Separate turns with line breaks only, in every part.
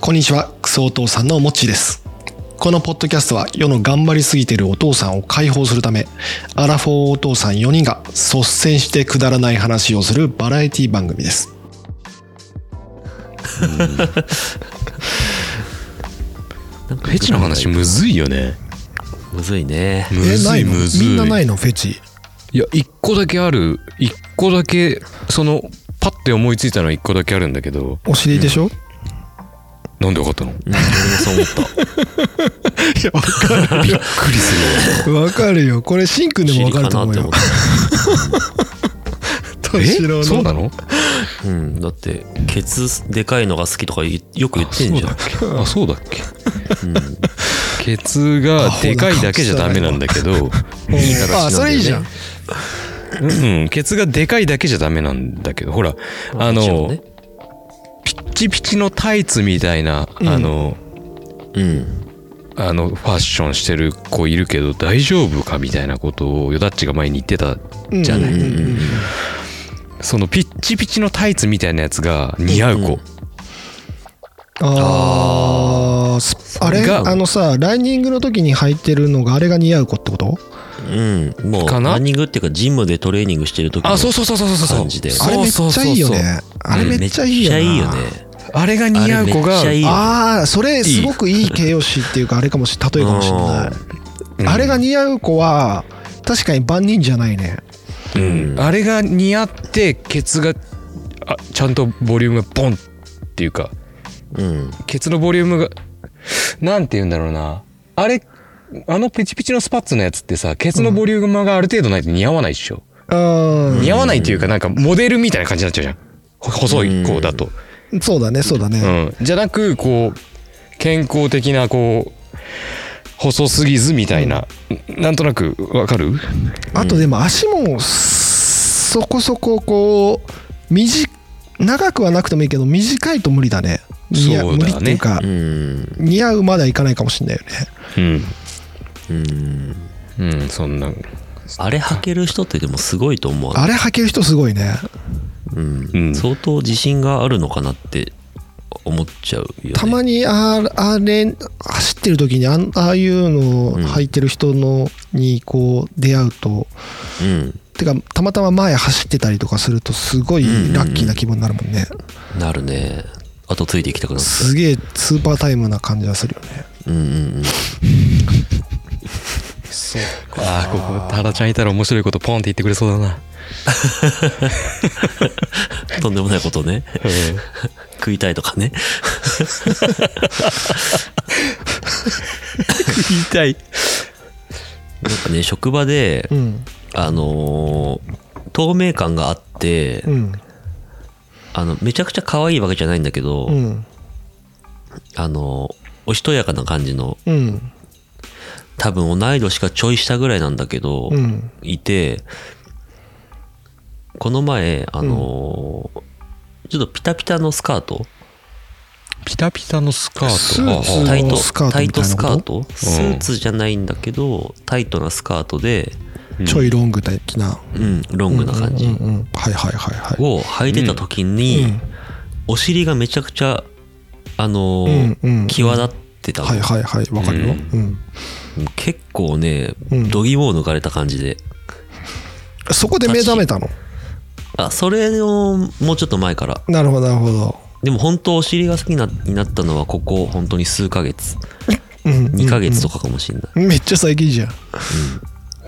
こんにちは、クソお父さんのもっちーです。このポッドキャストは世の頑張りすぎているお父さんを解放するため、アラフォーお父さん4人が率先してくだらない話をするバラエティ番組です。
なんか
フェチの話むずいよね。
むずいね
むずいむずい。。
みんなないいのフェチ。
いや、一個だけある。一個だけ、その、パッて思いついたのは一個だけあるんだけど、
お尻でしょ、い
なんでわかったの
うん俺もそう思った
や、わか
びっくりす
る。わかるよ。これ、シンくんでもわかると思う
尻
よ
か。なって
る
敏郎
よ。えそうなの
思ったうんだってケツでかいのが好きとかいよく言ってんじゃん
あ、そうだっけ。ケツがでかいだけじゃダメなんだけど、いい形なんだよね
あ、それいいじゃん。
うんうん、ケツがでかいだけじゃダメなんだけど、ほら、あ
もちろ
の、
んね
ピッチピチのタイツみたいな、あの、
うん
あの、ファッションしてる子いるけど大丈夫かみたいなことを、よだっちが前に言ってたじゃない。
うんうんうん
そのピッチピチのタイツみたいなやつが似合う子。
あーすあれ
が
あのさランニングの時に履いてるのがあれが似合う子ってこと
うんもう
かな
ランニングっていうかジムでトレーニングしてる時の
あ、そうそうそうそうそうそう。
感じだよね
あれめっちゃいいよねあれめっちゃいいよな
めっちゃいいよね
あれが似合う子が
あれめっちゃいいよ
ああそれすごくいい形容詞っていうかあれかもし例えかもしれない
うん
あれが似合う子は確かに万人じゃないね
うんあれが似合ってケツがあちゃんとボリュームがボンっていうか
うん
ケツのボリュームがなんて言うんだろうなあれあのピチピチのスパッツのやつってさケツのボリュームがある程度ないと似合わないでしょ、
う
似合わないっていうかなんかモデルみたいな感じになっちゃうじゃんほ細い子だと、
んそうだねそうだ
う
ね
ん、じゃなくこう健康的なこう細すぎずみたいな、なんとなくわかる
あとでも足もそこそここう短長くはなくてもいいけど短いと無理だね似合
そうだ
無理
ね
っていうか
うん
似合うまではいかないかもしれないよね
うん
うん
うんそんな
あれ履ける人ってでもすごいと思う
あれ履ける人すごいね
うん
うん
相当自信があるのかなって思っちゃうよね
たまにああれ走ってる時にあんああいうのを履いてる人のにこう出会うと、
うん
てかたまたま前走ってたりとかするとすごいラッキーな気分になるもんね、
なるねあとついていきたくなっちゃ
すげえスーパータイムな感じがするよね
ううんうんうん
そう
ああここタラちゃんいたら面白いことポンって言ってくれそうだな
とんでもないことね食いたいとかね
言いたい
なんかね職場で、
ん
あのー透明感があって、
うん
あのめちゃくちゃ可愛いわけじゃないんだけど、
うん
あのーおしとやかな感じの
うん
多分同い年かちょい下ぐらいなんだけど、
うん
いてこの前あのーちょっとピタピタのスカート
ピタピタのスカート
スーツ
ああ
タイト
スカート
タイ
みた
ト
いな
ス
こと
カートスーツじゃないんだけど、タイトなスカートで、
うん
ちょいロング的な
うん、ロングな感じ
うんうんはいはいはいはい
を履いてた時に、
うん
お尻がめちゃくちゃあのー
うんうん
際立ってたの、
はいはいはいわかるようん、
結構ね
うん
度肝を抜かれた感じで、
そこで目覚めたの
あそれをもうちょっと前から
なるほどなるほど
でも本当お尻が好きなになったのはここ本当に数ヶ月
うん
2ヶ月とかかもしれない、
めっちゃ最近じゃん、め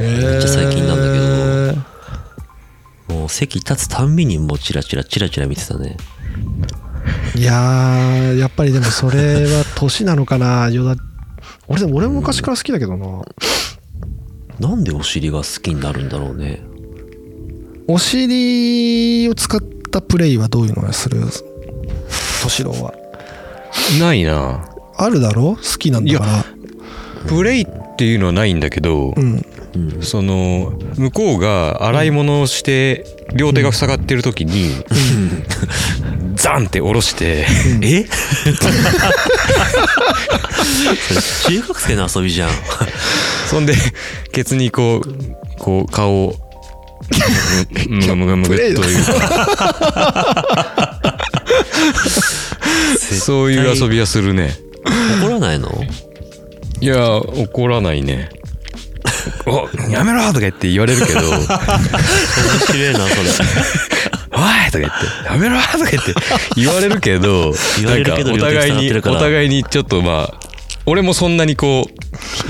めっちゃ最近なんだけどもう席立つたんびにもうチラチラチラチラ見てたね
いやーやっぱりでもそれは年なのかなよだ俺でも俺昔から好きだけどな
なんでお尻が好きになるんだろうね
お尻を使ったプレイはどういうのをする敏郎は
ないな
あるだろ好きなんだから
プレイっていうのはないんだけど、
うん
その向こうが洗い物をして両手が塞がってる時に、 ザンって下ろして
えそ れ中学生の遊 びじゃん
そんでケツにこうこう顔をむむむむむぐっというかそういう遊びはするね。
怒らないの
いや、怒らないね。おやめろとか言って言われる けど、おい
面白いなそれ
とか言って、やめろとか言って言われるけど、
言わ
なん
れる
か
けど
お互い
両手繋がっ
に、お
てるから
互いにちょっとまあ、俺もそんなにこう、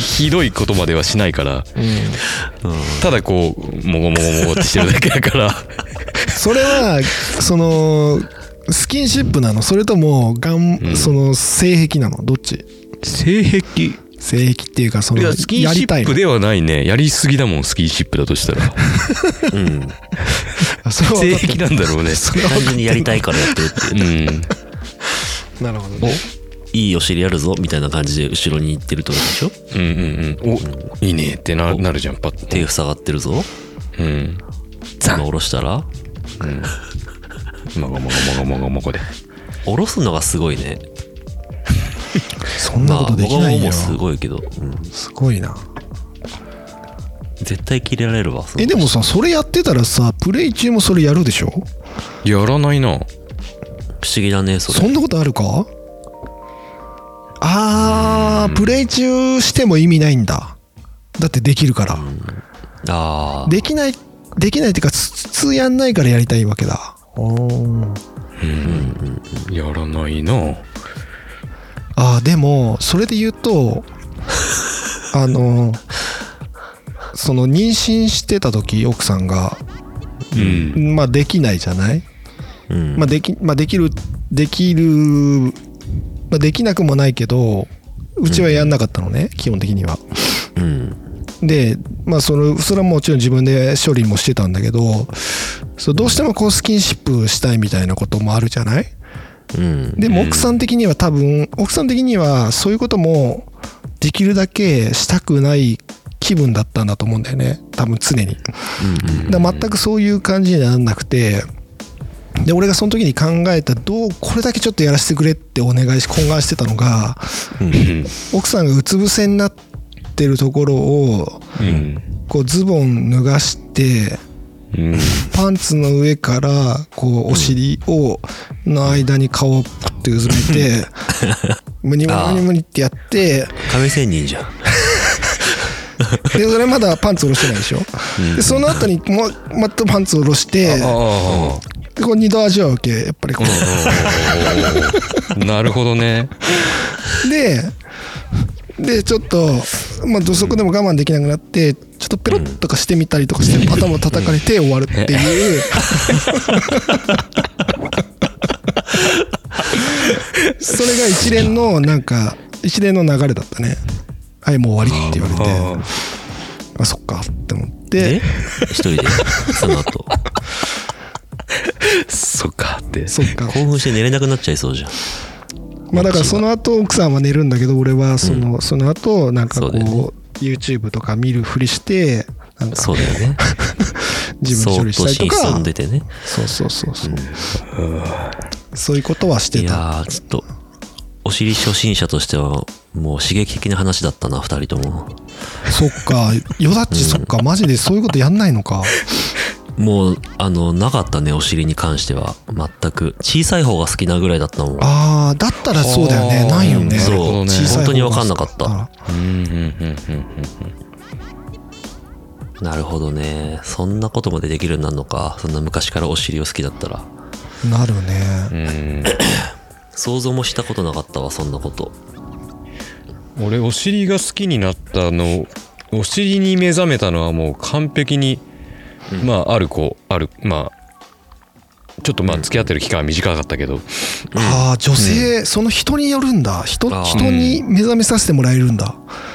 ひひどいことまではしないから、ただこう、もごもごもごってしてるだけだ から、
それはそのスキンシップなのそれともがん、
うん
その性癖なのどっち
性癖
性癖っていうかそ
い
の
や、スキン
や
シ
りたい
ップ
の
ではないね。やりすぎだもん、スキンシップだと したら。
うん
あそれは分
性
かってる
癖なんだろう ね。
それは
単
分か
純にやりたいからやってるっていう
うん。
なるほどね
いいお尻あるぞみたいな感じで後ろに行ってるってことでしょ
うんうんうん。おいいねってな
お
なるじゃん、パッ
手
て。
塞がってるぞ
うん。
今下ろしたら
もごもごもごもごもごで。
下ろすのがすごいね
そんなことできない
ま
よ
あ僕はもうすごいけど、うん、
すごいな
絶対切れられるわその
えでもさそれやってたらさプレイ中もそれやるでしょ
やらないな。
不思議だねそれ
そんなことあるかあープレイ中しても意味ないんだだってできるから
ああ
できないできないっていうかつ普通やんないからやりたいわけだ
やらないな。
あーでもそれで言う とあのその妊娠してた時奥さんが
うん。
まあできないじゃない
うん
まあできまあ、できるできる、まあ、できなくもないけどうちはやんなかったのね、基本的には
うん
でまあそのそれはもちろん自分で処理もしてたんだけどそうどうしてもこうスキンシップしたいみたいなこともあるじゃない
うん
でも
うん
奥さん的には多分奥さん的にはそういうこともできるだけしたくない気分だったんだと思うんだよね多分常にだから全くそういう感じにはなんなくてで俺がその時に考えたどうこれだけちょっとやらせてくれってお願いし懇願してたのが
うん。
奥さんがうつ伏せになってるところを
うん。
こうズボン脱がして
うん。
パンツの上からこうお尻をの間に顔をプッてうずめてむにむにむにむにってやって
亀仙人じゃん
でそれまだパンツ下ろしてないでしょでその後にもうまたパンツ下ろして
あ あ。
でこう二度味わうわけやっぱりこう。
なるほどね。
で、で、ちょっと、まあ、土足でも我慢できなくなって、ちょっとペロッとかしてみたりとかして、頭を叩かれて終わるって いう、それが一連の、なんか、一連の流れだったね。はい、もう終わりって言われて、あ、そっかって思って
で、一人 でその後
そっかって。
そっか。
興奮して寝れなくなっちゃいそうじゃん
まあだからその後奥さんは寝るんだけど俺はその、その後なんかこ
そうだよね
う YouTube とか見るふりしてなんか
そうだよね
自分
そ
処
う
理
と
したりと
心
か
潜んでてね
そうそうそうそう、そういうことはして
い
た
やーちょっとお尻初心者としてはもう刺激的な話だったな二人とも
そっかよだっちそっかマジでそういうことやんないのか
もうあのなかったねお尻に関しては全く小さい方が好きなぐらいだったもん
あーだったらそうだよ
あ
ね
ー
ないよね
そう
小さい方が
本当に分かんなかった
あ
うんうんうんうん
なるほどねそんなことまでできるようになるのかそんな昔からお尻を好きだったら
なるね
うん。
想像もしたことなかったわそんなこと
俺お尻が好きになったのお尻に目覚めたのはもう完璧に、まあある子あるまあちょっとまあ付き合ってる期間は短かったけど、
ああ女性、その人によるんだ人
あー
人に目覚めさせてもらえるんだ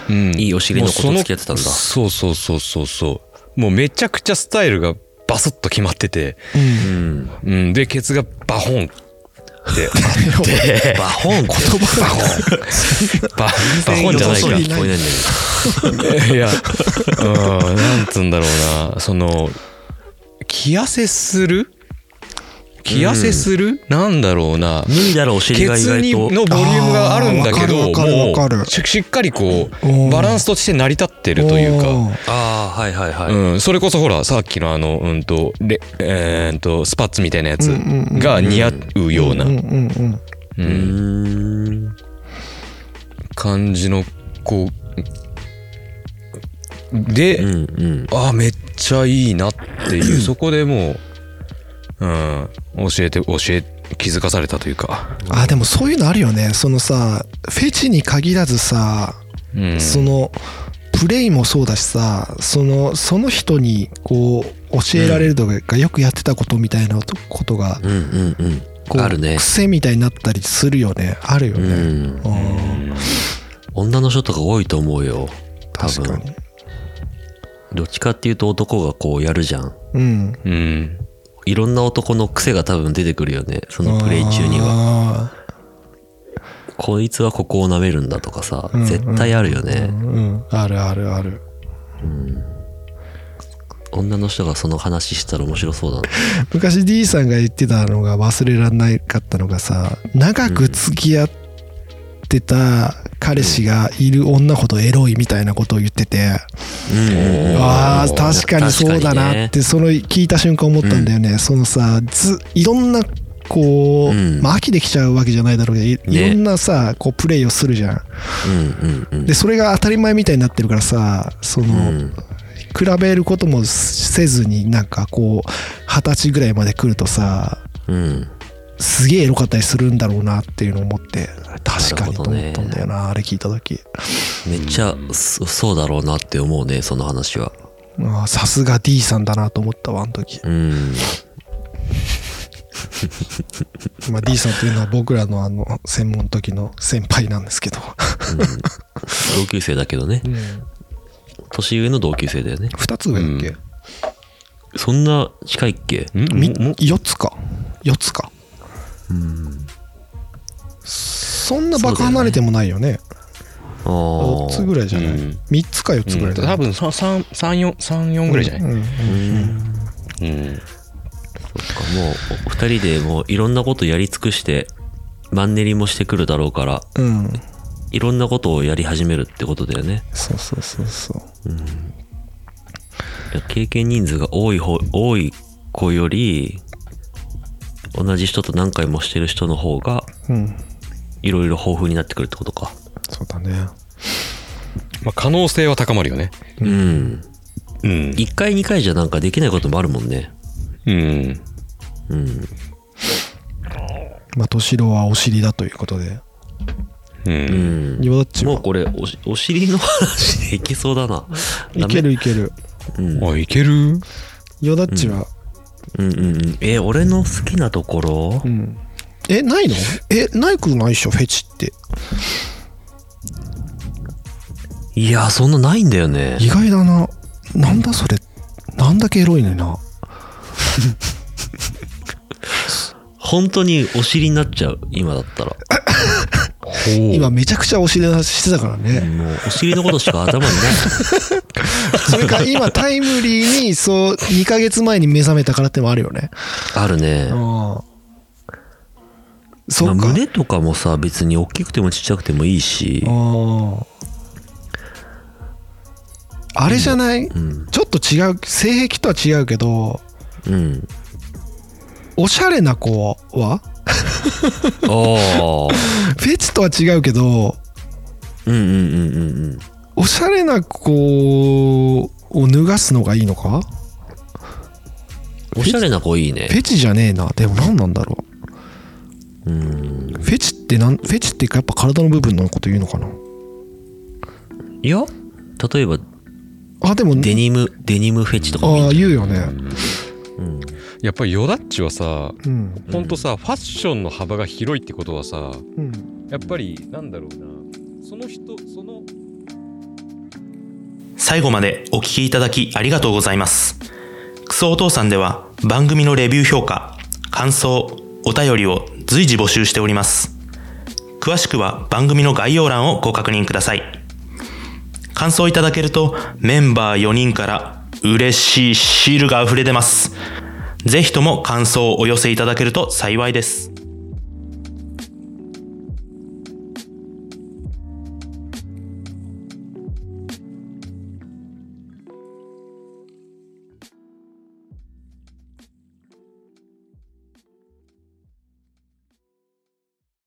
うん
いいお尻の子と
もうそ
付き合ってたんだ
そうそうそうそうそうもうめちゃくちゃスタイルがバスッと決まってて、
うん
うん
うん、でケツがバホンって
バホン言葉
バ バホンじゃないか
聞こえないんだ
いや、うん、なんつうんだろうな、その、気痩せする気痩せする、なんだろうな。
けど脱いだらお尻
ケ
が意
ツに
外
のボリ
と
ュームがあるんだけど、
あーわかるわかるわかる
もうししっかりこ
うん
う、バランスとして成り立ってるという
お
か、
ー
ああはいはいはい、
うん、それこそほら、さっきのあの、うんと、レえーっと、スパッツみたいなやつ
うんうんうん
が似合うような
うんうんうん
う、
うんーん。
感じのこうで、
うんうん。
あめっちゃいい なっていうそこでもう、うん、教えて教え気づかされたというか、
あでもそういうのあるよねそのさフェチに限らずさ、
うん、
そのプレイもそうだしさそのその人にこう教えられるとかよくやってたことみたいなことことが、
うんうんうん。
こう
あるね。
癖みたいになったりするよねあるよ
う
ね、
ん。
うん
女の人とか多いと思うよ。多
確か
分。
に
どっちかっていうと男がこうやるじゃん。
うん
うん
いろんな男の癖が多分出てくるよね。そのプレイ中には。
は
こいつはここを舐めるんだとかさ
うんう、ん
絶対あるよ
う
ね。
ん、うんあるあるある
女の人がその話したら面白そうだな。
昔 D さんが言ってたのが忘れられなかったのがさ長く付き合ってた彼氏がいる女ほどエロいみたいなことを言ってて、
うん
うん
あ
う
ー
ん
確かにそうだなってその聞いた瞬間思ったんだよね、そのさずいろんなこう、
うん
まあ、飽きてきちゃうわけじゃないだろうけどい,、
ね
ろんなさこうプレイをするじゃん
うんうんうん。
でそれが当たり前みたいになってるからさその、
うん
比べることもせずになんかこう二十歳ぐらいまで来るとさ
うん。
すげえエロかったりするんだろうなっていうのを思って確かにと思ったんだよなあれ聞いた時
めっちゃそそうだろうなって思うね、その話は。
あーさすが D さんだなと思ったわあの時、
うん。
まあ、D さんというのは僕らのあの専門の時の先輩なんですけど、
同級生だけどね。
う
年上の同級生だよね。
2つ上だっけ、
そんな近いっけ
うん
み
もも
4つか4つかそんなバカ離れてもないよね
あ
4つ
あ。
ぐらいじゃない、
うん
3つか4つぐらいだね、
多分34ぐらいじゃない、
うん
うん
そっかもう、お二人でもういろんなことやり尽くして、マンネリもしてくるだろうから、
うん、うん
いろんなことをやり始めるってことだよね。
そうそうそうそう
いや経験人数が多い方、多い子より、同じ人と何回もしてる人の方が、
うん
いろいろ豊富になってくるってことか。
そうだね
まあ、可能性は高まるよね
うん。
うん
1回2回じゃなんかできないこともあるもんね。
うん
うん。
まあ敏郎はお尻だということで
う
うんん。
ヨダッチ
もう
も
これおし、お尻の話でいけそうだな。
いけるいける
ダメ。うん。
あいける
ヨダッチは、
うんうんうん。え、俺の好きなところ
うんえないのえないくないっしょフェチって
いや、そんなないんだよね。
意外だななんだそれなんだけエロいのにな
本当にお尻になっちゃう、今だったら。
ほ
今めちゃくちゃお尻の話してたからね
もう、お尻のことし か頭に
それか今タイムリーにそう2ヶ月前に目覚めたからってのもあるよね
ない。あるね。
ああそ
まあ、
うか
胸とかもさ、別に大きくてもちっちゃくてもいいし。
あああれじゃない
うん。
ちょっと違う性癖とは違うけど
うん。
おしゃれな子は
ああ。
フェチとは違うけど
うんうんうんうんうん。
おしゃれな子を脱がすのがいいのか
おしゃれな子いいね
フ。ェチじゃねえなでも何なんだろ
うん。
うフェチってなんフェチっていうかやっぱ体の部分のこと言うのかない
や例えば、
あでも
デニム、デニムフェチとかもいい
ああ
んじ
言うよね
ゃんうん。
やっぱりヨダッチはさ
うん
ほんとさファッションの幅が広いってことはさ
うん
やっぱりなんだろうなその人その
最後までお聞きいただきありがとうございます。クソお父さんでは番組のレビュー評価、感想、お便りを随時募集しております。詳しくは番組の概要欄をご確認ください。感想いただけるとメンバー4人から嬉しいシールが溢れ出ます。ぜひとも感想をお寄せいただけると幸いです。